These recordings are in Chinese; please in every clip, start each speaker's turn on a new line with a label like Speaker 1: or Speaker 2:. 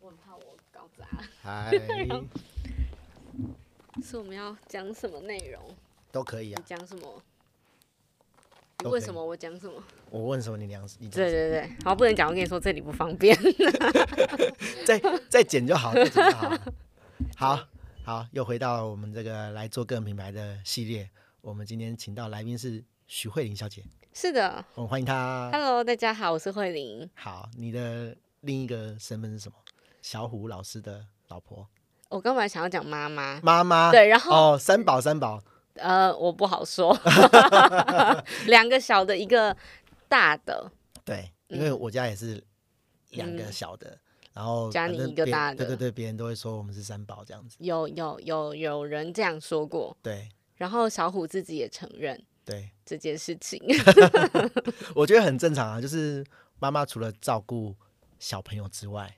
Speaker 1: 我很怕我搞砸。
Speaker 2: 嗨，
Speaker 1: 是我们要讲什么内容？
Speaker 2: 都可以
Speaker 1: 你
Speaker 2: 啊。
Speaker 1: 讲什么？你
Speaker 2: 都可
Speaker 1: 问
Speaker 2: 以
Speaker 1: 什么我讲什么？
Speaker 2: 我问什么你娘，你
Speaker 1: 对对对，好，不能讲，我跟你说这里不方便。
Speaker 2: 再再剪就好，再剪就 好。好好，又回到我们这个来做个人品牌的系列。我们今天请到来宾是徐慧玲小姐，
Speaker 1: 是的
Speaker 2: 我们欢迎她。
Speaker 1: ，Hello，大家好，我是慧玲。
Speaker 2: 好，你的另一个身份是什么？小虎老师的老婆，
Speaker 1: 我刚本来想要讲妈妈，
Speaker 2: 妈妈。
Speaker 1: 对，然后、
Speaker 2: 哦，三宝三宝，
Speaker 1: 呃，我不好 说， 两个小的，一个大的，
Speaker 2: 对，因为我家也是两个
Speaker 1: 嗯
Speaker 2: 小的，然后
Speaker 1: 加
Speaker 2: 反
Speaker 1: 你
Speaker 2: 正
Speaker 1: 一个
Speaker 2: 别
Speaker 1: 大
Speaker 2: 对对
Speaker 1: 的
Speaker 2: 对，别人都会说我们是三宝这样子。
Speaker 1: 有有有有人这样说过，
Speaker 2: 对
Speaker 1: 然后小虎自己也承认
Speaker 2: 对，
Speaker 1: 这件事 情。
Speaker 2: 我觉得很正常啊，就是妈妈除了照顾小朋友之外，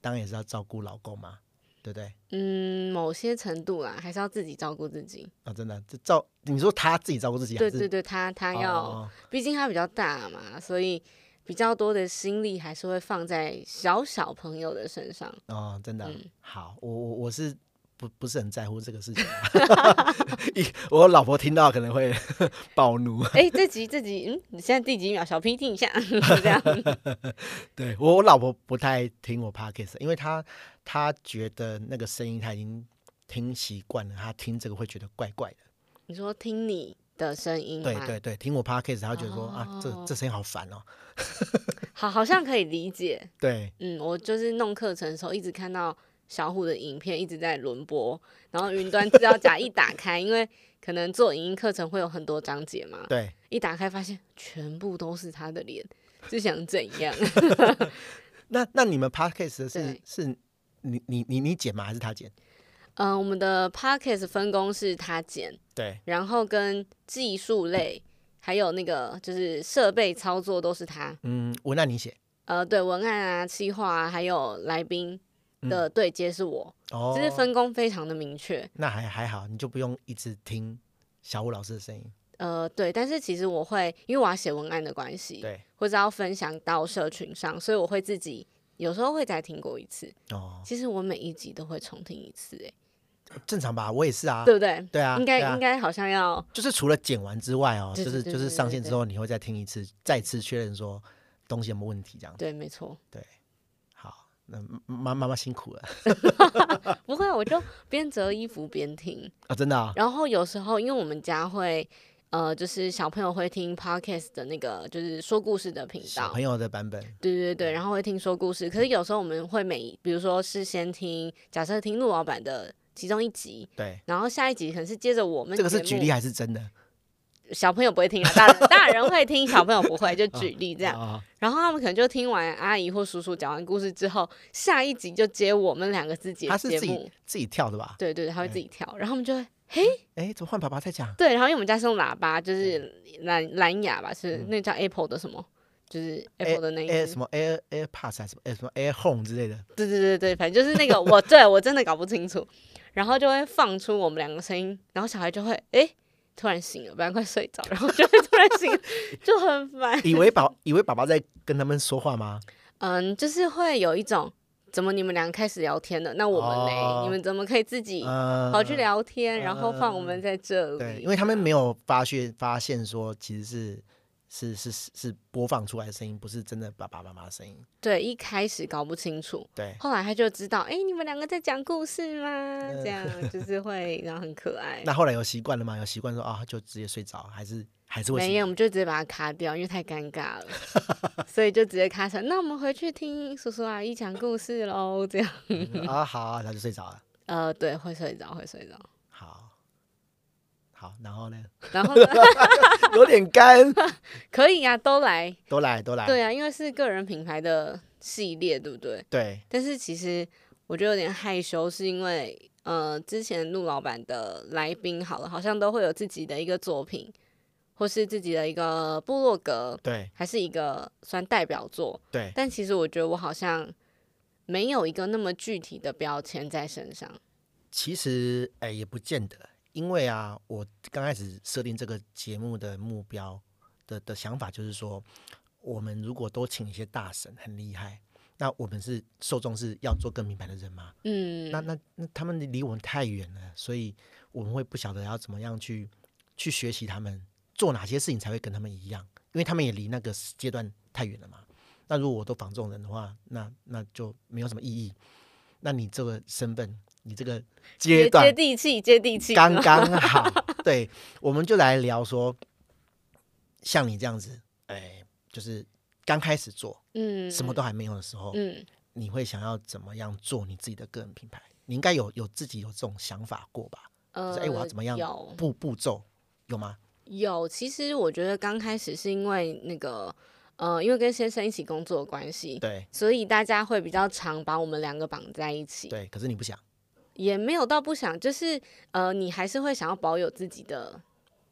Speaker 2: 当然也是要照顾老公嘛，对不对？
Speaker 1: 嗯，某些程度啦，还是要自己照顾自己。
Speaker 2: 啊、真的，这照你说他自己照顾自己，
Speaker 1: 对
Speaker 2: 还是
Speaker 1: 对对，他他
Speaker 2: 哦
Speaker 1: 要，
Speaker 2: 哦
Speaker 1: 毕竟他比较大嘛，所以比较多的心力还是会放在小小朋友的身上。
Speaker 2: 哦哦真的、
Speaker 1: 嗯
Speaker 2: 好，我我我是不不是很在乎这个事情，啊 一我老婆听到可能会 暴怒。
Speaker 1: 哎、这集这集，嗯，你现在第几秒？小 P 听一下， 这样。
Speaker 2: 对我我老婆不太听我 podcast，因为她她觉得那个声音她已经听习惯了，她听这个会觉得怪怪的。
Speaker 1: 你说听你的声音
Speaker 2: 对
Speaker 1: 吗？
Speaker 2: 对对，听我 podcast，她会觉得说、啊，这
Speaker 1: 哦
Speaker 2: 这声音好烦哦。
Speaker 1: 好，好像可以理解。
Speaker 2: 对，
Speaker 1: 嗯，我就是弄课程的时候，一直看到小虎的影片一直在轮播，然后云端资料夹一打开，因为可能做影音课程会有很多章节嘛，
Speaker 2: 对，
Speaker 1: 一打开发现全部都是他的脸，是想怎样？
Speaker 2: 那那你们 podcast 的是
Speaker 1: 对
Speaker 2: 是你你你你剪吗？还是他剪？
Speaker 1: 嗯、我们的 podcast 分工是他剪，
Speaker 2: 对，
Speaker 1: 然后跟技术类，还有那个就是设备操作都是他。
Speaker 2: 嗯，文案你写
Speaker 1: 呃，对，文案啊、企划啊，还有来宾
Speaker 2: 嗯
Speaker 1: 的对接是我，
Speaker 2: 哦，
Speaker 1: 就是分工非常的明确。
Speaker 2: 那还还好，你就不用一直听小虎老师的声音。
Speaker 1: 呃，对，但是其实我会，因为我要写文案的关系，
Speaker 2: 对，
Speaker 1: 或者要分享到社群上，所以我会自己有时候会再听过一次。
Speaker 2: 哦，
Speaker 1: 其实我每一集都会重听一次、欸，
Speaker 2: 正常吧？我也是啊。
Speaker 1: 对不对？
Speaker 2: 对啊，
Speaker 1: 应该、
Speaker 2: 对啊
Speaker 1: 应该好像要
Speaker 2: 就是除了剪完之外哦，
Speaker 1: 对
Speaker 2: 就
Speaker 1: 对
Speaker 2: 是
Speaker 1: 对
Speaker 2: 就是
Speaker 1: 对
Speaker 2: 上
Speaker 1: 对
Speaker 2: 线之
Speaker 1: 对
Speaker 2: 后，你会再听一次，再次确认说东西有没有问题这样子。
Speaker 1: 对，没错。
Speaker 2: 好，那妈妈妈辛苦了
Speaker 1: 不会，我就边折衣服边听。
Speaker 2: 啊，真的啊，
Speaker 1: 然后有时候，因为我们家会，呃，就是小朋友会听 podcast 的那个，就是说故事的频
Speaker 2: 小
Speaker 1: 道
Speaker 2: 朋。友的嗯版本
Speaker 1: 对对对，然后会听说故事。可是有时候我们会每，比如说是先听，假设听陆老板的其中一集，
Speaker 2: 对。
Speaker 1: 然后下一集可能是接着我们
Speaker 2: 这个是
Speaker 1: 节
Speaker 2: 举
Speaker 1: 目
Speaker 2: 例，还啊是真的？
Speaker 1: 小朋友不会听啊，大人大人会听，小朋友不会，就举例这样。
Speaker 2: 啊，
Speaker 1: 然后他们可能就听完阿姨或叔叔讲完故事之后，下一集就接我们两个自己
Speaker 2: 他
Speaker 1: 的
Speaker 2: 是
Speaker 1: 节
Speaker 2: 自
Speaker 1: 目
Speaker 2: 己。哎自己跳的吧？
Speaker 1: 对对对，他会
Speaker 2: 对
Speaker 1: 自己跳，然后我们就会 嘿。
Speaker 2: 哎，怎么换爸爸在讲？
Speaker 1: 对，然后因为我们家是用喇叭，就是蓝蓝牙吧，是那个叫 Apple 的什么，就是 Apple 的那一只
Speaker 2: Air 嗯哎什么 Air AirPods 还是什么 Air 什么 Air Home 之类的，
Speaker 1: 对对对对，反正就是那个我对我真的搞不清楚，然后就会放出我们两个声音，然后小孩就会诶突然醒了，不然快睡着，然后就会突然醒了，就很烦。
Speaker 2: 以为宝以为爸爸在跟他们说话吗？
Speaker 1: 嗯，就是会有一种怎么你们俩开始聊天了，那我们嘞，
Speaker 2: 哦
Speaker 1: 你们怎么可以自己
Speaker 2: 嗯，
Speaker 1: 跑去聊天，然后放我们在这里？
Speaker 2: 对，因为他们没有发现发现说其实是是是是是播放出来的声音，不是真的爸爸妈妈的声音。
Speaker 1: 对一开始搞不清楚，
Speaker 2: 对，
Speaker 1: 后来他就知道，哎、你们两个在讲故事吗？
Speaker 2: 嗯
Speaker 1: 这样就是 会，然后很可爱。
Speaker 2: 那后来有习惯了吗？有习惯说啊，就直接睡着，还是还是会
Speaker 1: 没
Speaker 2: 习
Speaker 1: 有，我们就直接把它卡掉，因为太尴尬了， 所以就直接卡成。那我们回去听叔叔阿姨讲故事喽，这样。
Speaker 2: 惯啊？好啊，他就睡着了。
Speaker 1: 呃，对，会睡着，会睡着。
Speaker 2: 好，好，然后呢？
Speaker 1: 然后呢，
Speaker 2: 有点干，
Speaker 1: 可以啊，都来。
Speaker 2: 都来都来。
Speaker 1: 对啊，因为是个人品牌的系列，对不对？
Speaker 2: 对
Speaker 1: 但是其实我就有点害羞，是因为呃，之前陆老板的来宾好了，好像都会有自己的一个作品，或是自己的一个部落格，
Speaker 2: 对
Speaker 1: 还是一个算代表作。
Speaker 2: 对，
Speaker 1: 但其实我觉得我好像没有一个那么具体的标签在身上。
Speaker 2: 其实哎、也不见得，因为啊，我刚开始设定这个节目的目标的的想法就是说，我们如果都请一些大神，很厉害，那我们是受众是要做更明白的人嘛？
Speaker 1: 嗯，
Speaker 2: 那那那他们离我们太远了，所以我们会不晓得要怎么样去去学习他们做哪些事情才会跟他们一样，因为他们也离那个阶段太远了嘛。那如果我都仿这种人的话，那那就没有什么意义。那你这个身份，你这个阶
Speaker 1: 接
Speaker 2: 段
Speaker 1: 接地气，接地气，
Speaker 2: 刚刚 好。对，我们就来聊说，像你这样子，哎，就是刚开始做
Speaker 1: 嗯，
Speaker 2: 什么都还没有的时候，
Speaker 1: 嗯，
Speaker 2: 你会想要怎么样做你自己的个人品牌？你应该有有自己有这种想法过吧？就是
Speaker 1: 呃，
Speaker 2: 哎，我要怎么样
Speaker 1: 有
Speaker 2: 步步骤有吗？
Speaker 1: 有，其实我觉得刚开始是因为那个呃，因为跟先生一起工作的关系，
Speaker 2: 对
Speaker 1: 所以大家会比较常把我们两个绑在一起。
Speaker 2: 对，可是你不想，
Speaker 1: 也没有到不想，就是呃，你还是会想要保有自己的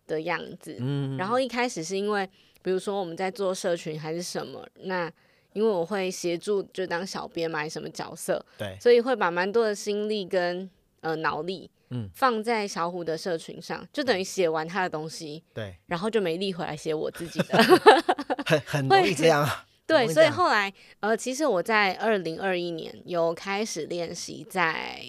Speaker 1: 的样子。
Speaker 2: 嗯，
Speaker 1: 然后一开始是因为，比如说我们在做社群还是什么，那因为我会协助就当小编嘛，还是什么角色，
Speaker 2: 对
Speaker 1: 所以会把蛮多的心力跟呃脑力，
Speaker 2: 嗯
Speaker 1: 放在小虎的社群上，就等于写完他的东西，
Speaker 2: 对，
Speaker 1: 然后就没力回来写我自己 的。
Speaker 2: 很很容易
Speaker 1: 会
Speaker 2: 这样啊。
Speaker 1: 对，
Speaker 2: 容易
Speaker 1: 所以
Speaker 2: 这样
Speaker 1: 后来呃，其实我在二零二一年有开始练习在，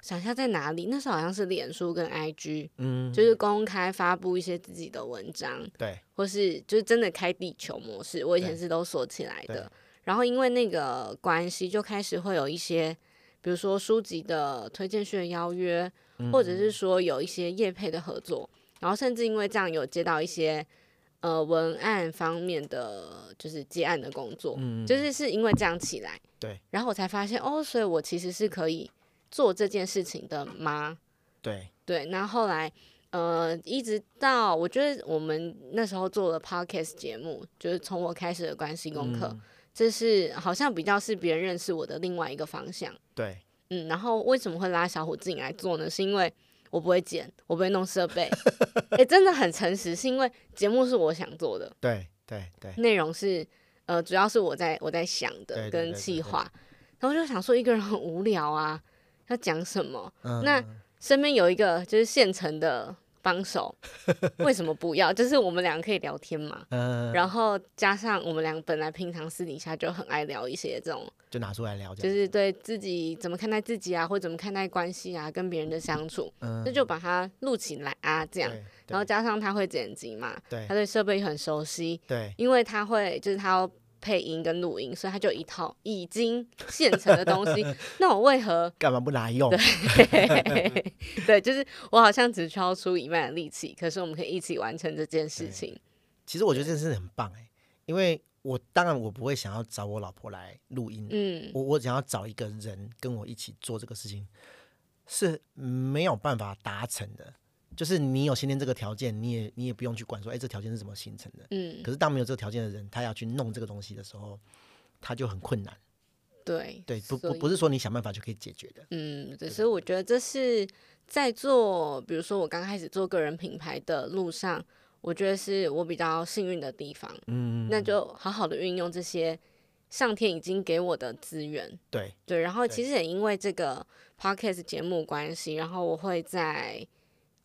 Speaker 1: 想一下在哪里，那时候好像是脸书跟 IG，
Speaker 2: 嗯，
Speaker 1: 就是公开发布一些自己的文章，
Speaker 2: 对
Speaker 1: 或是就是真的开地球模式，我以前
Speaker 2: 对
Speaker 1: 是都锁起来
Speaker 2: 对
Speaker 1: 的。然后因为那个关系，就开始会有一些，比如说书籍的推荐序的邀约，
Speaker 2: 嗯
Speaker 1: 或者是说有一些业配的合作，然后甚至因为这样有接到一些呃文案方面的就是接案的工作，
Speaker 2: 嗯
Speaker 1: 就是是因为这样起来，
Speaker 2: 对，
Speaker 1: 然后我才发现哦，所以我其实是可以做这件事情的妈。
Speaker 2: 对
Speaker 1: 对，那后来呃，一直到我觉得我们那时候做了 podcast 节目，就是从我开始的关系功
Speaker 2: 嗯
Speaker 1: 课，这是好像比较是别人认识我的另外一个方向。
Speaker 2: 对
Speaker 1: 嗯，然后为什么会拉小虎进来做呢？是因为我不会剪，我不会弄设 备，哎、真的很诚实，是因为节目是我想做的，
Speaker 2: 对对对
Speaker 1: 内容是呃，主要是我在我在想
Speaker 2: 对对
Speaker 1: 的
Speaker 2: 对
Speaker 1: 跟
Speaker 2: 对
Speaker 1: 计
Speaker 2: 对
Speaker 1: 划，然后我就想说一个人很无聊啊，要讲什么？
Speaker 2: 嗯
Speaker 1: 那身边有一个就是现成的帮 手，为什么不要？就是我们俩可以聊天嘛，
Speaker 2: 嗯，
Speaker 1: 然后加上我们俩本来平常私底下就很爱聊一些这种，
Speaker 2: 就拿出来聊，这
Speaker 1: 就
Speaker 2: 样
Speaker 1: 是对自己怎么看待自己啊，或怎么看待关系啊，跟别人的相处，
Speaker 2: 嗯
Speaker 1: 那就把它录起来啊，这样。
Speaker 2: 对
Speaker 1: 然后加上他会剪辑嘛，
Speaker 2: 对
Speaker 1: 他对设备很熟悉，
Speaker 2: 对
Speaker 1: 因为他会就是他要配音跟录音，所以他就有一套已经现成的东 西。那我为何
Speaker 2: 干嘛不拿来用？
Speaker 1: 对对，就是我好像只超出一半的力气，可是我们可以一起完成这件事情。
Speaker 2: 其实我觉得这是很棒哎、因为我当然我不会想要找我老婆来录音，
Speaker 1: 嗯，
Speaker 2: 我我想要找一个人跟我一起做这个事情是没有办法达成的。就是你有先天这个条件，你也你也不用去管说，哎、这条件是怎么形成的。
Speaker 1: 嗯，
Speaker 2: 可是当没有这个条件的人，他要去弄这个东西的时候，他就很困难。
Speaker 1: 对
Speaker 2: 对，不
Speaker 1: 所
Speaker 2: 不
Speaker 1: 以
Speaker 2: 不是说你想办法就可以解决的。
Speaker 1: 嗯，对，所以我觉得这是在做，比如说我刚开始做个人品牌的路上，我觉得是我比较幸运的地方。
Speaker 2: 嗯，
Speaker 1: 那就好好的运用这些上天已经给我的资源。
Speaker 2: 对
Speaker 1: 对，然后
Speaker 2: 对
Speaker 1: 其实也因为这个 podcast 节目关系，然后我会在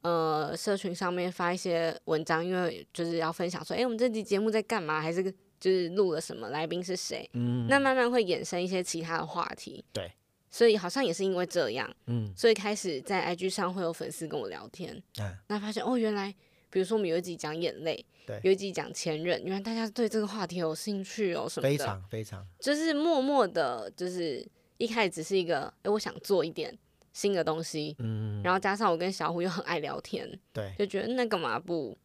Speaker 1: 呃社群上面发一些文章，因为就是要分享说，哎，我们这期节目在干嘛，还是就是录了什么，来宾是谁，
Speaker 2: 嗯
Speaker 1: 那慢慢会衍生一些其他的话题。
Speaker 2: 对，
Speaker 1: 所以好像也是因为这样，
Speaker 2: 嗯
Speaker 1: 所以开始在 IG 上会有粉丝跟我聊天，
Speaker 2: 啊
Speaker 1: 那发现哦，原来比如说我们有一集讲眼泪
Speaker 2: 对，
Speaker 1: 有一集讲前任，原来大家对这个话题有兴趣哦什么的，
Speaker 2: 非常非常
Speaker 1: 就是默默的，就是一开始只是一个，哎、我想做一点新的东西，
Speaker 2: 嗯
Speaker 1: 然后加上我跟小虎又很爱聊天，
Speaker 2: 对，
Speaker 1: 就觉得那干嘛不，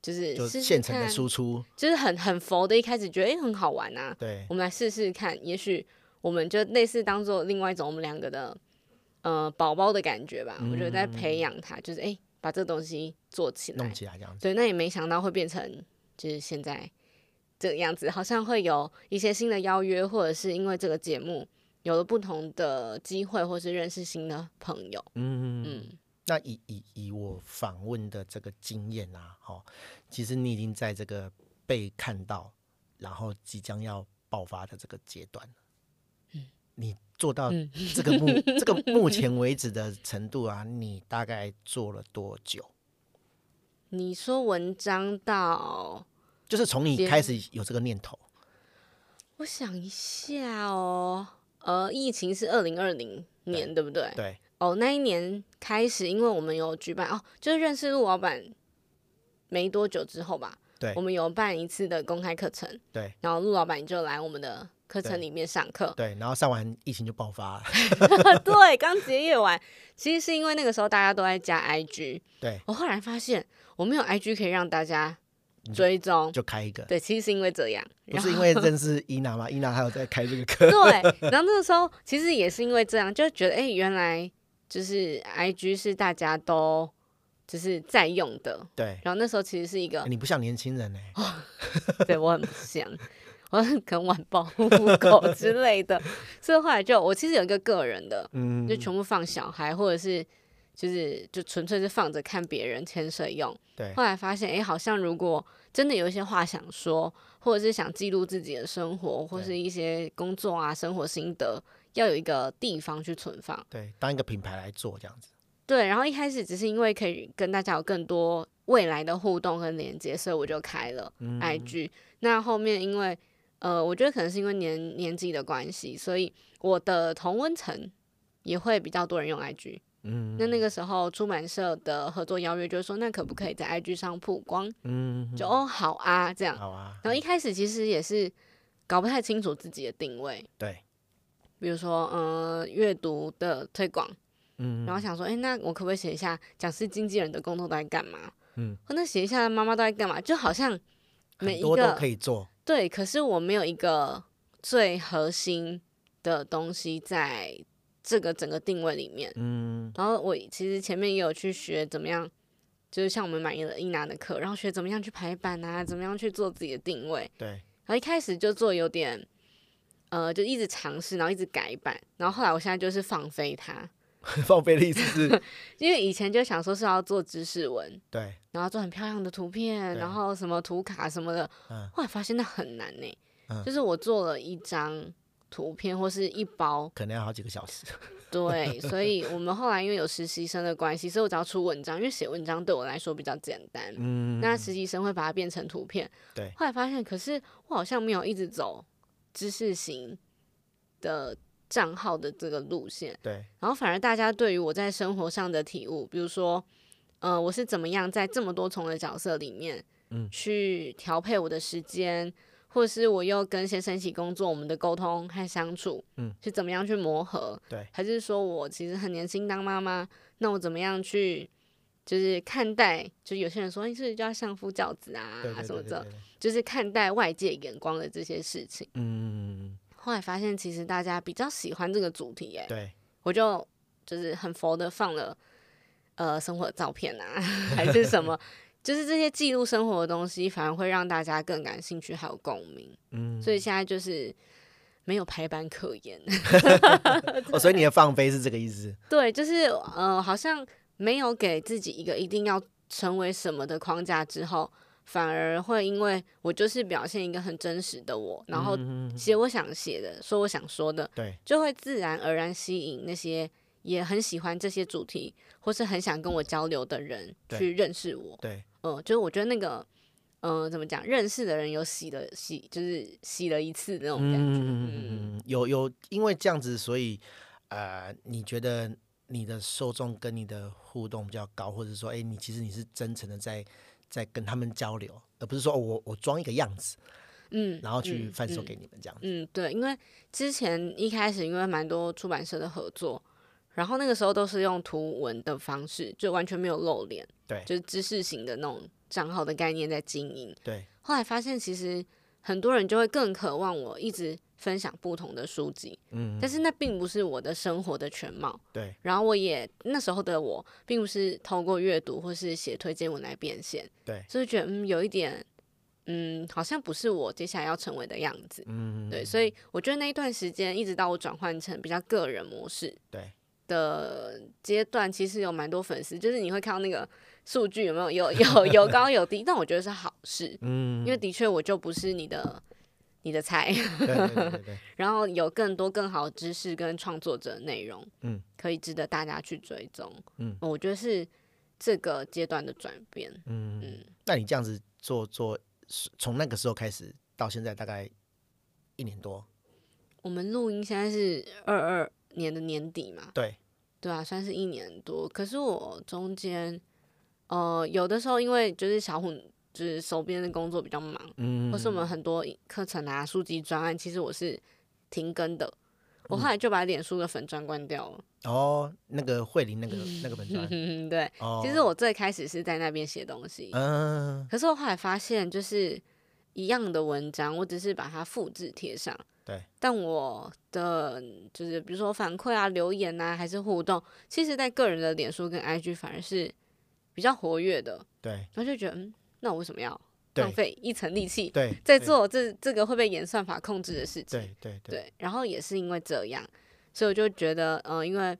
Speaker 1: 就是
Speaker 2: 就
Speaker 1: 试试
Speaker 2: 现成的
Speaker 1: 看
Speaker 2: 输出
Speaker 1: 就是很很佛的，一开始觉得哎、诶很好玩啊，
Speaker 2: 对
Speaker 1: 我们来试试看，也许我们就类似当做另外一种我们两个的呃宝宝的感觉吧，我觉得在培养他，就是哎、诶把这东西做起来
Speaker 2: 嗯弄，起来这样子。
Speaker 1: 对，那也没想到会变成就是现在这个样子，好像会有一些新的邀约，或者是因为这个节目有了不同的机会，或是认识新的朋友。
Speaker 2: 嗯
Speaker 1: 嗯
Speaker 2: 那以以以我访问的这个经验啊，哦，其实你已经在这个被看到，然后即将要爆发的这个阶段了。你做到
Speaker 1: 嗯
Speaker 2: 这个 目、这个目前为止的程度啊，你大概做了多久？
Speaker 1: 你说文章到
Speaker 2: 就是从你
Speaker 1: 天
Speaker 2: 开始有这个念头，
Speaker 1: 我想一下哦，呃，疫情是二零二零年，对不对？
Speaker 2: 对，
Speaker 1: 哦，那一年开始，因为我们有举办哦，就是认识陆老板没多久之后吧，
Speaker 2: 对
Speaker 1: 我们有办一次的公开课程，
Speaker 2: 对，
Speaker 1: 然后陆老板就来我们的课程
Speaker 2: 对
Speaker 1: 里面上课，
Speaker 2: 对，然后上完疫情就爆发了，
Speaker 1: 对，刚结业完，其实是因为那个时候大家都在加 IG，
Speaker 2: 对，
Speaker 1: 我后来发现我没有 IG 可以让大家
Speaker 2: 你
Speaker 1: 追踪，
Speaker 2: 嗯就开一个。
Speaker 1: 嗯对，其实是因为这样，
Speaker 2: 不
Speaker 1: 然
Speaker 2: 是
Speaker 1: 后
Speaker 2: 因为认识伊娜吗？伊娜还有在开这个 课，
Speaker 1: 对，然后那个时候其实也是因为这样，就觉得哎、诶原来就是 IG 是大家都就是在用的，
Speaker 2: 对，
Speaker 1: 然后那时候其实是一个
Speaker 2: 你不像年轻人哎、
Speaker 1: 哦对我很不像，我很可能晚报、 户口之类的，所以后来就我其实有一个个人的，
Speaker 2: 嗯，
Speaker 1: 就全部放小孩，或者是就是就纯粹是放着看别人潜水用。
Speaker 2: 对
Speaker 1: 后来发现，哎、好像如果真的有一些话想说，或者是想记录自己的生活，或
Speaker 2: 对
Speaker 1: 是一些工作啊、生活心得，要有一个地方去存放。
Speaker 2: 对，当一个品牌来做这样子，
Speaker 1: 对，然后一开始只是因为可以跟大家有更多未来的互动跟连接，所以我就开了
Speaker 2: 嗯
Speaker 1: IG。那后面因为呃，我觉得可能是因为年年纪的关系，所以我的同温层也会比较多人用 IG。
Speaker 2: 嗯
Speaker 1: 那那个时候出版社的合作邀约就是说，那可不可以在 IG 上曝光？
Speaker 2: 嗯，
Speaker 1: 就哦好啊这样。
Speaker 2: 好啊，
Speaker 1: 然后一开始其实也是搞不太清楚自己的定位，
Speaker 2: 对，
Speaker 1: 比如说嗯、呃阅读的推广，
Speaker 2: 嗯，
Speaker 1: 然后想说，哎、那我可不可以写一下讲师经纪人的工作都在干嘛？
Speaker 2: 嗯，
Speaker 1: 或那写一下妈妈都在干嘛？就好像每
Speaker 2: 很
Speaker 1: 一
Speaker 2: 多都
Speaker 1: 个
Speaker 2: 可以做，
Speaker 1: 对，可是我没有一个最核心的东西在这个整个定位里面。
Speaker 2: 嗯，
Speaker 1: 然后我其实前面也有去学怎么样，就是像我们买了一拿的课，然后学怎么样去排版啊，怎么样去做自己的定位。
Speaker 2: 对，
Speaker 1: 然后一开始就做有点，呃，就一直尝试，然后一直改版。然后后来我现在就是放飞它，
Speaker 2: 放飞的意思是，
Speaker 1: 因为以前就想说是要做知识文，
Speaker 2: 对，
Speaker 1: 然后做很漂亮的图片，
Speaker 2: 对
Speaker 1: 然后什么图卡什么的。
Speaker 2: 嗯
Speaker 1: 后来发现那很难呢、
Speaker 2: 嗯
Speaker 1: 就是我做了一张图片或是一包，
Speaker 2: 可能要好几个小时，
Speaker 1: 对，所以我们后来因为有实习生的关系，所以我只要出文章，因为写文章对我来说比较简单。
Speaker 2: 嗯，
Speaker 1: 那实习生会把它变成图片。
Speaker 2: 对
Speaker 1: 后来发现，可是我好像没有一直走知识型的账号的这个路线，
Speaker 2: 对，
Speaker 1: 然后反而大家对于我在生活上的体悟，比如说，呃，我是怎么样在这么多重的角色里面，
Speaker 2: 嗯
Speaker 1: 去调配我的时间，或是我又跟先生一起工作，我们的沟通和相处，
Speaker 2: 嗯，
Speaker 1: 是怎么样去磨合，
Speaker 2: 对
Speaker 1: 还是说我其实很年轻当妈妈，那我怎么样去？就是看待，就有些人说，哎，是不是就要相夫教子啊
Speaker 2: 对，对
Speaker 1: 什么
Speaker 2: 对对
Speaker 1: 的，
Speaker 2: 对，
Speaker 1: 就是看待外界眼光的这些事情。
Speaker 2: 嗯，
Speaker 1: 后来发现，其实大家比较喜欢这个主题、哎，
Speaker 2: 对，
Speaker 1: 我就就是很佛的放了呃生活的照片啊， 还是什么，就是这些记录生活的东西，反而会让大家更感兴趣，还有共鸣。
Speaker 2: 嗯，
Speaker 1: 所以现在就是没有排版可言，
Speaker 2: 哦，所以你的放飞是这个意思，
Speaker 1: 对，就是呃，好像没有给自己一个一定要成为什么的框架之后。反而会因为我就是表现一个很真实的我，然后
Speaker 2: 嗯
Speaker 1: 写我想写的，说我想说的，
Speaker 2: 对，
Speaker 1: 就会自然而然吸引那些也很喜欢这些主题或是很想跟我交流的人
Speaker 2: 对
Speaker 1: 去认识我。
Speaker 2: 对，
Speaker 1: 嗯、就是我觉得那个，嗯、怎么讲，认识的人有洗了洗，就是洗了一次那种感觉。
Speaker 2: 嗯，有有，因为这样子，所以呃，你觉得你的受众跟你的互动比较高，或者说，哎、你其实你是真诚的在在跟他们交流，而不是说、哦我我装一个样子，
Speaker 1: 嗯，
Speaker 2: 然后去
Speaker 1: 嗯
Speaker 2: 贩售
Speaker 1: 嗯
Speaker 2: 给你们这样子。
Speaker 1: 嗯，对，因为之前一开始因为蛮多出版社的合作，然后那个时候都是用图文的方式，就完全没有露脸，
Speaker 2: 对
Speaker 1: 就是知识型的那种账号的概念在经营。
Speaker 2: 对
Speaker 1: 后来发现，其实很多人就会更渴望我一直分享不同的书籍，
Speaker 2: 嗯，
Speaker 1: 但是那并不是我的生活的全貌。
Speaker 2: 对
Speaker 1: 然后我也那时候的我，并不是透过阅读或是写推荐文来变现，
Speaker 2: 对，
Speaker 1: 所以觉得嗯有一点，嗯好像不是我接下来要成为的样子。
Speaker 2: 嗯，
Speaker 1: 对，所以我觉得那一段时间，一直到我转换成比较个人模式
Speaker 2: 对
Speaker 1: 的阶段，其实有蛮多粉丝，就是你会看到那个数据有没有有有有高有低，但我觉得是好事，
Speaker 2: 嗯，
Speaker 1: 因为的确我就不是你的你的菜，
Speaker 2: 对对对对对，
Speaker 1: 然后有更多更好的知识跟创作者内容，
Speaker 2: 嗯，
Speaker 1: 可以值得大家去追踪，
Speaker 2: 嗯
Speaker 1: 我觉得是这个阶段的转变，
Speaker 2: 嗯，
Speaker 1: 嗯，
Speaker 2: 那你这样子做做，从那个时候开始到现在，大概一年多，
Speaker 1: 我们录音现在是二二年的年底嘛，
Speaker 2: 对，
Speaker 1: 对啊，算是一年多。可是我中间，呃，有的时候因为就是小虎就是手边的工作比较忙，
Speaker 2: 嗯
Speaker 1: 或是我们很多课程啊、书籍专案，其实我是停更的。
Speaker 2: 嗯
Speaker 1: 我后来就把脸书的粉砖关掉了。
Speaker 2: 哦，那个慧玲那个那个本专，
Speaker 1: 嗯， 对。
Speaker 2: 哦，
Speaker 1: 其实我最开始是在那边写东西，
Speaker 2: 嗯，
Speaker 1: 可是我后来发现，就是一样的文章，我只是把它复制贴上。
Speaker 2: 对。
Speaker 1: 但我的就是比如说反馈啊、留言啊，还是互动，其实在个人的脸书跟 IG 反而是比较活跃的，
Speaker 2: 对
Speaker 1: 然后就觉得，嗯，那我为什么要浪
Speaker 2: 对
Speaker 1: 费一层力气
Speaker 2: 对，
Speaker 1: 在
Speaker 2: 对，
Speaker 1: 做这这个会被演算法控制的事情？
Speaker 2: 对对对，
Speaker 1: 对，然后也是因为这样，所以我就觉得，呃，因为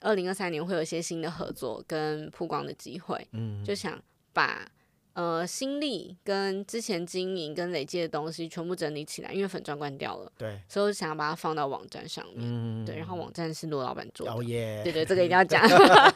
Speaker 1: 二零二三年会有一些新的合作跟曝光的机会，
Speaker 2: 嗯，
Speaker 1: 就想把呃心力跟之前经营跟累积的东西全部整理起来，因为粉砖关掉了，
Speaker 2: 对，
Speaker 1: 所以我想要把它放到网站上面。
Speaker 2: 嗯，
Speaker 1: 对，然后网站是罗老板做的。
Speaker 2: 熬夜，
Speaker 1: 对对，这个一定要讲，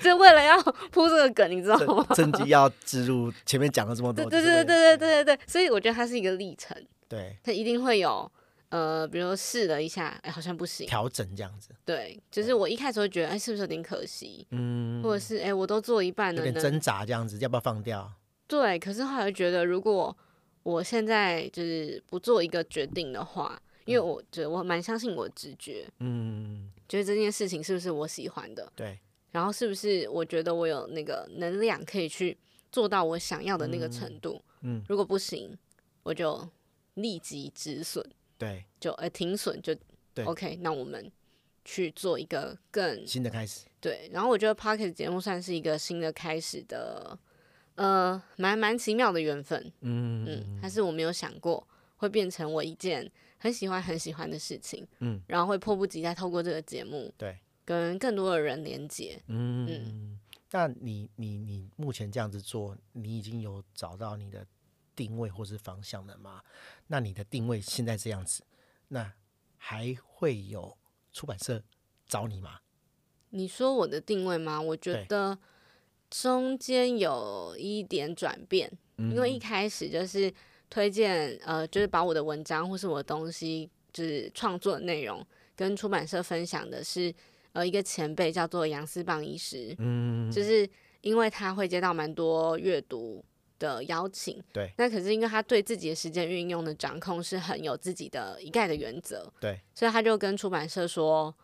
Speaker 1: 是为了要铺这个梗，你知道 吗？
Speaker 2: 趁趁 机要植入前面讲了哦这么
Speaker 1: 对
Speaker 2: 多，
Speaker 1: 对
Speaker 2: 就是为
Speaker 1: 对
Speaker 2: 了
Speaker 1: 对
Speaker 2: 嗯
Speaker 1: 对对对对，所以我觉得它是一个历程，
Speaker 2: 对
Speaker 1: 它一定会有呃，比如说试了一下，哎，好像不行，
Speaker 2: 调整这样子，
Speaker 1: 对，就是我一开始会觉得，哎，是不是有点可惜，
Speaker 2: 嗯，
Speaker 1: 或者是哎，我都做一半了，
Speaker 2: 有点
Speaker 1: 能
Speaker 2: 挣扎这样子，要不要放掉？
Speaker 1: 对，可是后来觉得，如果我现在就是不做一个决定的话，因为我觉得我蛮相信我的直觉，
Speaker 2: 嗯，
Speaker 1: 觉得这件事情是不是我喜欢的，
Speaker 2: 对，
Speaker 1: 然后是不是我觉得我有那个能量可以去做到我想要的那个程度。
Speaker 2: 嗯，
Speaker 1: 如果不行，我就立即止损，
Speaker 2: 对，
Speaker 1: 就呃停损就
Speaker 2: 对
Speaker 1: OK。那我们去做一个更
Speaker 2: 新的开始，
Speaker 1: 对，然后我觉得 p o c k e t 节目算是一个新的开始的，呃，蛮蛮奇妙的缘分。
Speaker 2: 嗯
Speaker 1: 嗯，还是我没有想过会变成我一件很喜欢很喜欢的事情，
Speaker 2: 嗯，
Speaker 1: 然后会迫不及待透过这个节目
Speaker 2: 对，
Speaker 1: 跟更多的人连接。
Speaker 2: 嗯，那你你你目前这样子做，你已经有找到你的定位或是方向了吗？那你的定位现在这样子，那还会有出版社找你吗？
Speaker 1: 你说我的定位吗？我觉
Speaker 2: 对
Speaker 1: 得中间有一点转变，
Speaker 2: 嗯
Speaker 1: 因为一开始就是推荐，呃，就是把我的文章或是我的东西，就是创作的内容跟出版社分享的是，呃，一个前辈叫做杨思棒医师，
Speaker 2: 嗯，
Speaker 1: 就是因为他会接到蛮多阅读的邀请，
Speaker 2: 对，
Speaker 1: 那可是因为他对自己的时间运用的掌控是很有自己的一概的原则，
Speaker 2: 对
Speaker 1: 所以他就跟出版社说，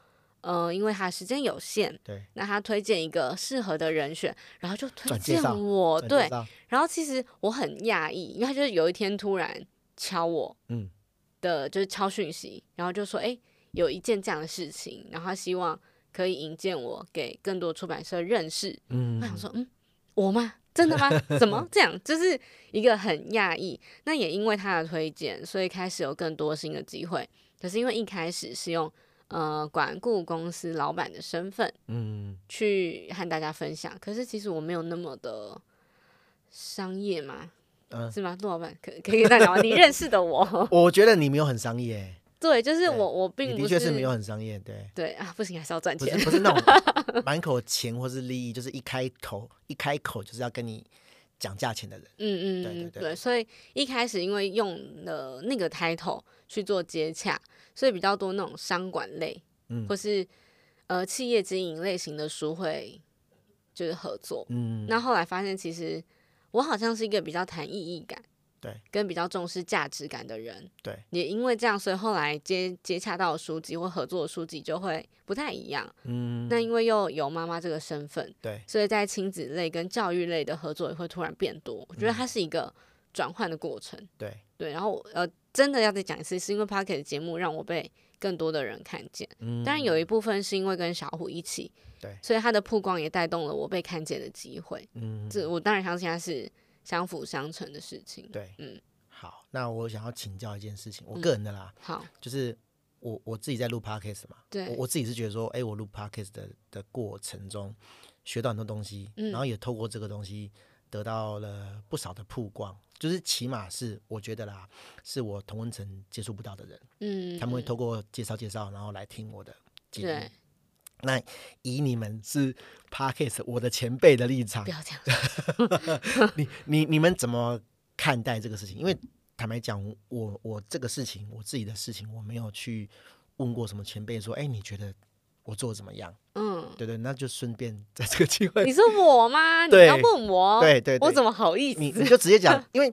Speaker 1: 呃，因为他时间有限，
Speaker 2: 对，
Speaker 1: 那他推荐一个适合的人选，然后就推
Speaker 2: 转介
Speaker 1: 荐
Speaker 2: 绍
Speaker 1: 我，
Speaker 2: 转
Speaker 1: 哦对
Speaker 2: 介，绍
Speaker 1: 然后其实我很讶异，因为他就是有一天突然敲我，
Speaker 2: 嗯
Speaker 1: 的，就是敲讯息，然后就说，哎、有一件这样的事情，然后他希望可以引荐我给更多出版社认识。
Speaker 2: 嗯
Speaker 1: 我想说，嗯，我吗？真 的吗？怎么这样？就是一个很讶异。那也因为他的推荐，所以开始有更多新的机会。可是因为一开始是用呃管顾公司老板的身份，
Speaker 2: 嗯
Speaker 1: 去和大家分享。可是其实我没有那么的商业嘛，
Speaker 2: 嗯
Speaker 1: 是吗？陆老板可可以跟大家讲吗，你认识的我，
Speaker 2: 我觉得你没有很商业，
Speaker 1: 对，就是
Speaker 2: 对
Speaker 1: 我我
Speaker 2: 你
Speaker 1: 并不
Speaker 2: 的确是没有很商业，对。
Speaker 1: 对啊，不行，还是要赚
Speaker 2: 不是
Speaker 1: 钱。
Speaker 2: 不是那种满口钱或是利益，就是一开口一开口就是要跟你讲价钱的人。
Speaker 1: 嗯嗯
Speaker 2: 对对
Speaker 1: 嗯，
Speaker 2: 对
Speaker 1: 对，所以一开始因为用了那个 title 去做接洽，所以比较多那种商管类，
Speaker 2: 嗯
Speaker 1: 或是呃企业经营类型的书会就是合作。
Speaker 2: 嗯，
Speaker 1: 那后来发现，其实我好像是一个比较谈意义感，
Speaker 2: 对，
Speaker 1: 跟比较重视价值感的人，
Speaker 2: 对，
Speaker 1: 也因为这样，所以后来接接洽到的书籍或合作的书籍就会不太一样。
Speaker 2: 嗯，
Speaker 1: 那因为又有妈妈这个身份，
Speaker 2: 对，
Speaker 1: 所以在亲子类跟教育类的合作也会突然变多。我
Speaker 2: 嗯
Speaker 1: 觉得它是一个转换的过程，
Speaker 2: 对，
Speaker 1: 对。然后我呃，真的要再讲一次，是因为 p o c k e t 节目让我被更多的人看见，
Speaker 2: 嗯，
Speaker 1: 当然有一部分是因为跟小虎一起，
Speaker 2: 对
Speaker 1: 所以它的曝光也带动了我被看见的机会。
Speaker 2: 嗯，
Speaker 1: 这我当然相信它是相辅相成的事情。
Speaker 2: 对，
Speaker 1: 嗯，
Speaker 2: 好，那我想要请教一件事情，我
Speaker 1: 嗯
Speaker 2: 个人的啦，
Speaker 1: 好，
Speaker 2: 就是我我自己在录 podcast 嘛，
Speaker 1: 对
Speaker 2: 我我自己是觉得说，哎、我录 podcast 的的过程中学到很多东西，
Speaker 1: 嗯
Speaker 2: 然后也透过这个东西得到了不少的曝光，就是起码是我觉得啦，是我同温层接触不到的人，
Speaker 1: 嗯，
Speaker 2: 他们会
Speaker 1: 嗯
Speaker 2: 透过介绍介绍，然后来听我的节目
Speaker 1: 对。，
Speaker 2: 那以你们是 podcast 我的前辈的立场
Speaker 1: 不，要这样，
Speaker 2: 你你你们怎么看待这个事情？因为坦白讲，我我这个事情，我自己的事情，我没有去问过什么前辈说，哎，你觉得我做得怎么样？
Speaker 1: 嗯，
Speaker 2: 对对，那就顺便 在这个机会，
Speaker 1: 你是我吗？你
Speaker 2: 对
Speaker 1: 要问我，
Speaker 2: 对对对
Speaker 1: 我怎么好意
Speaker 2: 你
Speaker 1: 思？
Speaker 2: 你就直接讲，因为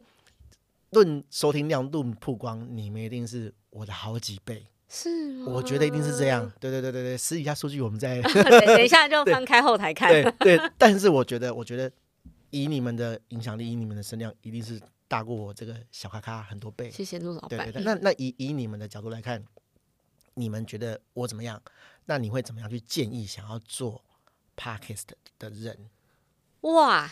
Speaker 2: 论收听量、论曝光，你们一定是我的好几倍，
Speaker 1: 是吗？
Speaker 2: 我觉得一定是这
Speaker 1: 嗯
Speaker 2: 样。对对对对对，私底下数据我 们再
Speaker 1: 等等一下就翻开后台看。
Speaker 2: 对对，但是我觉得，我觉得以你们的影响力，以你们的声量，一定是大过我这个小咖咖很多倍。
Speaker 1: 谢谢陆老
Speaker 2: 对
Speaker 1: 板。
Speaker 2: 对对，那那以以你们的角度来看，你们觉得我怎么样？那你会怎么样去建议想要做 podcast 的人？
Speaker 1: 哇，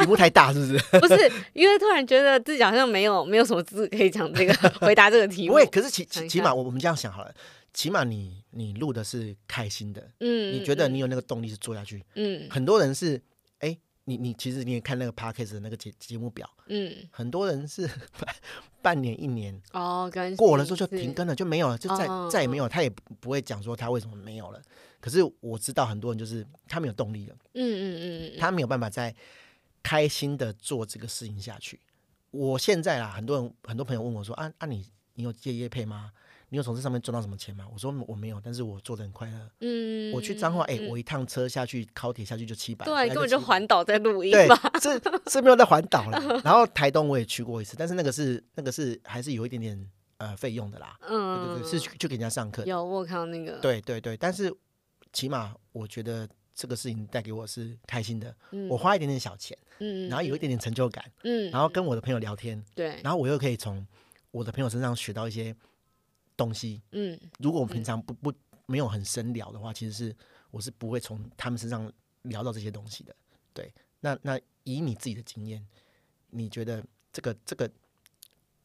Speaker 2: 题目太大是 不是？
Speaker 1: 不是，因为突然觉得自己好像没有没有什么资格可以讲这个 回答这个题
Speaker 2: 不
Speaker 1: 目
Speaker 2: 会，。可是起
Speaker 1: 想
Speaker 2: 起
Speaker 1: 一
Speaker 2: 起
Speaker 1: 下
Speaker 2: 码我我们这样想好了，起码你你录的是开心的，
Speaker 1: 嗯，
Speaker 2: 你觉得你有那个动力是做下去。
Speaker 1: 嗯
Speaker 2: 很多人是，哎，你你其实你也看那个 podcast 的那个节节目表，
Speaker 1: 嗯
Speaker 2: 很多人是 半年一年
Speaker 1: 哦，跟
Speaker 2: 过了之后就
Speaker 1: 是
Speaker 2: 停更了，就没有了，就再
Speaker 1: 哦
Speaker 2: 再也没有，他也不不会讲说他为什么没有了。可是我知道很多人就是他没有动力了，
Speaker 1: 嗯嗯嗯嗯，
Speaker 2: 他没有办法再开心的做这个事情下去。我现在啊啦，很多人很多朋友问我说啊啊你你有接业配吗？你有从这上面赚到什么钱吗？我说我没有，但是我做的很快乐。
Speaker 1: 嗯，
Speaker 2: 我去彰化，哎、
Speaker 1: 嗯
Speaker 2: 我一趟车下去，高铁下去就七百，
Speaker 1: 对，
Speaker 2: 来
Speaker 1: 根本就
Speaker 2: 700
Speaker 1: 环岛在录音
Speaker 2: 对
Speaker 1: 吧。，
Speaker 2: 是是没有在环岛了。然后台东我也去过一次，但是那个是那个是还是有一点点呃费用的啦。对
Speaker 1: 嗯，
Speaker 2: 对对，是去去给人家上课。
Speaker 1: 有我有看到那个，
Speaker 2: 对对对，但是起码我觉得这个事情带给我是开心的。
Speaker 1: 嗯，
Speaker 2: 我花一点点小钱，
Speaker 1: 嗯，嗯
Speaker 2: 然后有一点点成就感，
Speaker 1: 嗯，
Speaker 2: 然后跟我的朋友聊天，
Speaker 1: 对，
Speaker 2: 然后我又可以从我的朋友身上学到一些东西。
Speaker 1: 嗯
Speaker 2: 如果我平常不不没有很深聊的话，其实是我是不会从他们身上聊到这些东西的。对，那那以你自己的经验，你觉得这个这个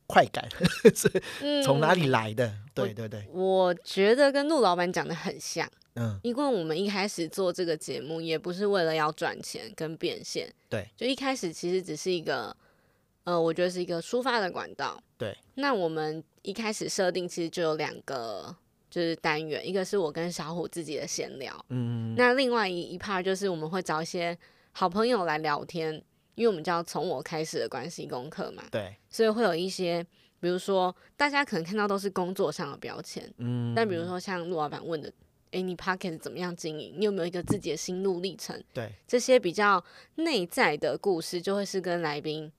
Speaker 2: 快感 是
Speaker 1: 嗯，
Speaker 2: 从哪里来的？对对对，
Speaker 1: 我觉得跟陆老板讲的很像，
Speaker 2: 嗯，
Speaker 1: 因为我们一开始做这个节目也不是为了要赚钱跟变现，
Speaker 2: 对，
Speaker 1: 就一开始其实只是一个，呃，我觉得是一个抒发的管道。
Speaker 2: 对，
Speaker 1: 那我们一开始设定其实就有两个就是单元，一个是我跟小虎自己的闲聊，
Speaker 2: 嗯，
Speaker 1: 那另外一一 part 就是我们会找一些好朋友来聊天，因为我们叫从我开始的关系功课嘛，
Speaker 2: 对，
Speaker 1: 所以会有一些，比如说大家可能看到都是工作上的标签，
Speaker 2: 嗯，
Speaker 1: 但比如说像陆老板问的，诶，你 p o c k e t 怎么样经营？你有没有一个自己的心路历程？
Speaker 2: 对，
Speaker 1: 这些比较内在的故事，就会是跟来宾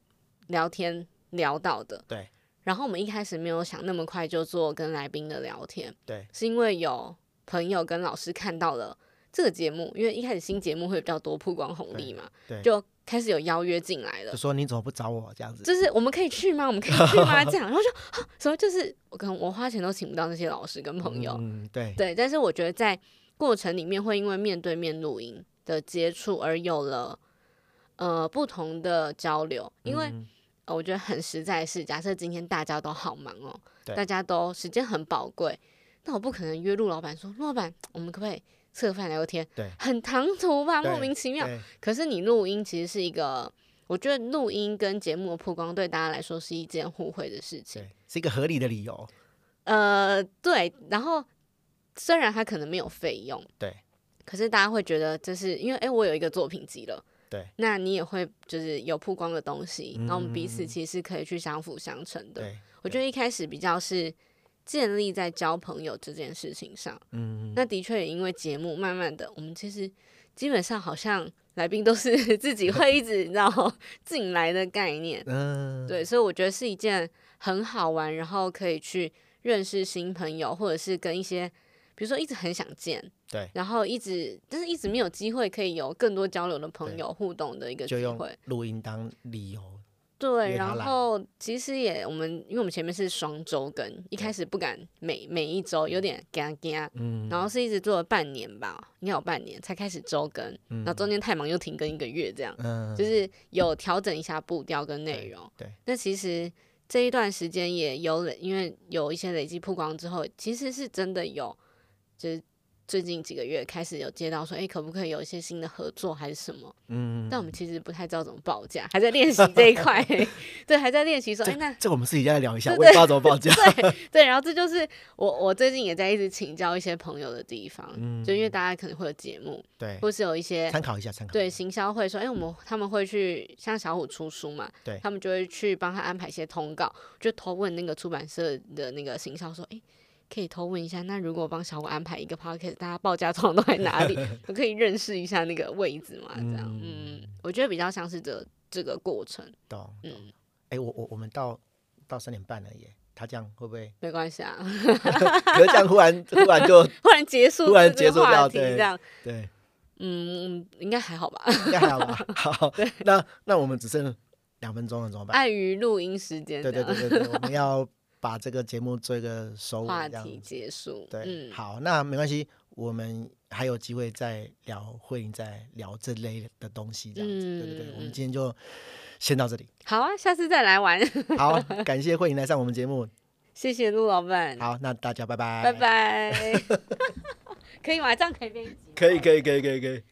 Speaker 1: 聊天聊到的。
Speaker 2: 对。
Speaker 1: 然后我们一开始没有想那么快就做跟来宾的聊天，
Speaker 2: 对，
Speaker 1: 是因为有朋友跟老师看到了这个节目，因为一开始新节目会比较多曝光红利嘛，
Speaker 2: 对
Speaker 1: 就开始有邀约进来了
Speaker 2: 就。说你怎么不找我这样子？
Speaker 1: 就是我们可以去吗？我们可以去吗？这样，然后就 啊，什么就是我可能我花钱都请不到那些老师跟朋友，
Speaker 2: 嗯，对，
Speaker 1: 对，但是我觉得在过程里面会因为面对面录音的接触而有了呃不同的交流，因为、
Speaker 2: 嗯
Speaker 1: 呃我觉得很实在是，假设今天大家都好忙哦，
Speaker 2: 对
Speaker 1: 大家都时间很宝贵，那我不可能约陆老板说，陆老板，我们可不可以吃个饭聊个天？
Speaker 2: 对
Speaker 1: 很唐突吧，
Speaker 2: 对
Speaker 1: 莫名其妙。
Speaker 2: 对
Speaker 1: 可是你录音其实是一个。我觉得录音跟节目的曝光对大家来说是一件互惠的事情。
Speaker 2: 对，是一个合理的理由。
Speaker 1: 呃，对，然后虽然他可能没有费用，
Speaker 2: 对，
Speaker 1: 可是大家会觉得这是因为哎、诶我有一个作品集了，
Speaker 2: 对，
Speaker 1: 那你也会就是有曝光的东西，然后我们彼
Speaker 2: 嗯
Speaker 1: 此其实是可以去相辅相成的。
Speaker 2: 对，
Speaker 1: 我觉得一开始比较是建立在交朋友这件事情上，
Speaker 2: 嗯，
Speaker 1: 那的确也因为节目，慢慢的我们其实基本上好像来宾都是 自己会一直然后进来的概念，
Speaker 2: 嗯，
Speaker 1: 对，所以我觉得是一件很好玩，然后可以去认识新朋友，或者是跟一些，比如说一直很想见，
Speaker 2: 对
Speaker 1: 然后一直但是一直没有机会可以有更多交流的朋
Speaker 2: 对
Speaker 1: 友互动的一个
Speaker 2: 就
Speaker 1: 机
Speaker 2: 用
Speaker 1: 会。
Speaker 2: 录音当理由。
Speaker 1: 对，
Speaker 2: 约他
Speaker 1: 然
Speaker 2: 来
Speaker 1: 后其实也我们因为我们前面是双周更，一开始不敢每每一周有点尴尬，
Speaker 2: 嗯，
Speaker 1: 然后是一直做了半年吧，应该有半年才开始周更，然后中间太忙又停更一个月这样。
Speaker 2: 嗯，
Speaker 1: 就是有调整一下步调跟内容。
Speaker 2: 对对
Speaker 1: 那其实这一段时间也有累，因为有一些累积曝光之后，其实是真的有，就是最近几个月开始有接到说，哎、可不可以有一些新的合作还是什么？
Speaker 2: 嗯，
Speaker 1: 但我们其实不太知道怎么报价，还在练习这一 块欸、对，还在练习说，哎、那
Speaker 2: 这个我们私底下来聊一下，
Speaker 1: 对
Speaker 2: 我也不知道怎么报价。
Speaker 1: 对，然后这就是我我最近也在一直请教一些朋友的地方，就因为大家可能会有节目，
Speaker 2: 嗯对，
Speaker 1: 或是有一些
Speaker 2: 参考一下，参考。
Speaker 1: 对，行销会说，哎、我们他们会去像小虎出书嘛，
Speaker 2: 对
Speaker 1: 他们就会去帮他安排一些通告，就偷问那个出版社的那个行销说，哎、可以偷问一下，那如果帮小虎安排一个 podcast，大家报价通常都在哪 里？我可以认识一下那个位置嘛？这样，嗯，我觉得比较像是这这个过程，
Speaker 2: 懂
Speaker 1: 嗯
Speaker 2: 懂。哎、我我我们到到三点半了耶，他这样会不会？
Speaker 1: 没关系啊，
Speaker 2: 可是这样忽然 忽然就
Speaker 1: 忽然结束，
Speaker 2: 忽然结束
Speaker 1: 话
Speaker 2: 掉
Speaker 1: 题
Speaker 2: 对
Speaker 1: 这样，
Speaker 2: 对，
Speaker 1: 嗯，应该还好吧。
Speaker 2: 应该还好 吧？好，那那我们只剩两分钟了，怎么办？
Speaker 1: 碍于录音时间，
Speaker 2: 对对对，对 对，我们要把这个节目做一个收
Speaker 1: 话
Speaker 2: 尾，这样
Speaker 1: 题
Speaker 2: 子。
Speaker 1: 结束，
Speaker 2: 对，
Speaker 1: 嗯，
Speaker 2: 好，那没关系，我们还有机会再聊慧玲，再聊这类的东西，这样子。对对对，我
Speaker 1: 嗯
Speaker 2: 们今天就先到这里。
Speaker 1: 好啊，下次再来玩，
Speaker 2: 好，感谢慧玲来上我们节目。
Speaker 1: 谢谢陆老板，
Speaker 2: 好，那大家拜拜。
Speaker 1: 拜。拜，可以吗？这样可以变一集吗
Speaker 2: 可以，可以，可以，可以，可以。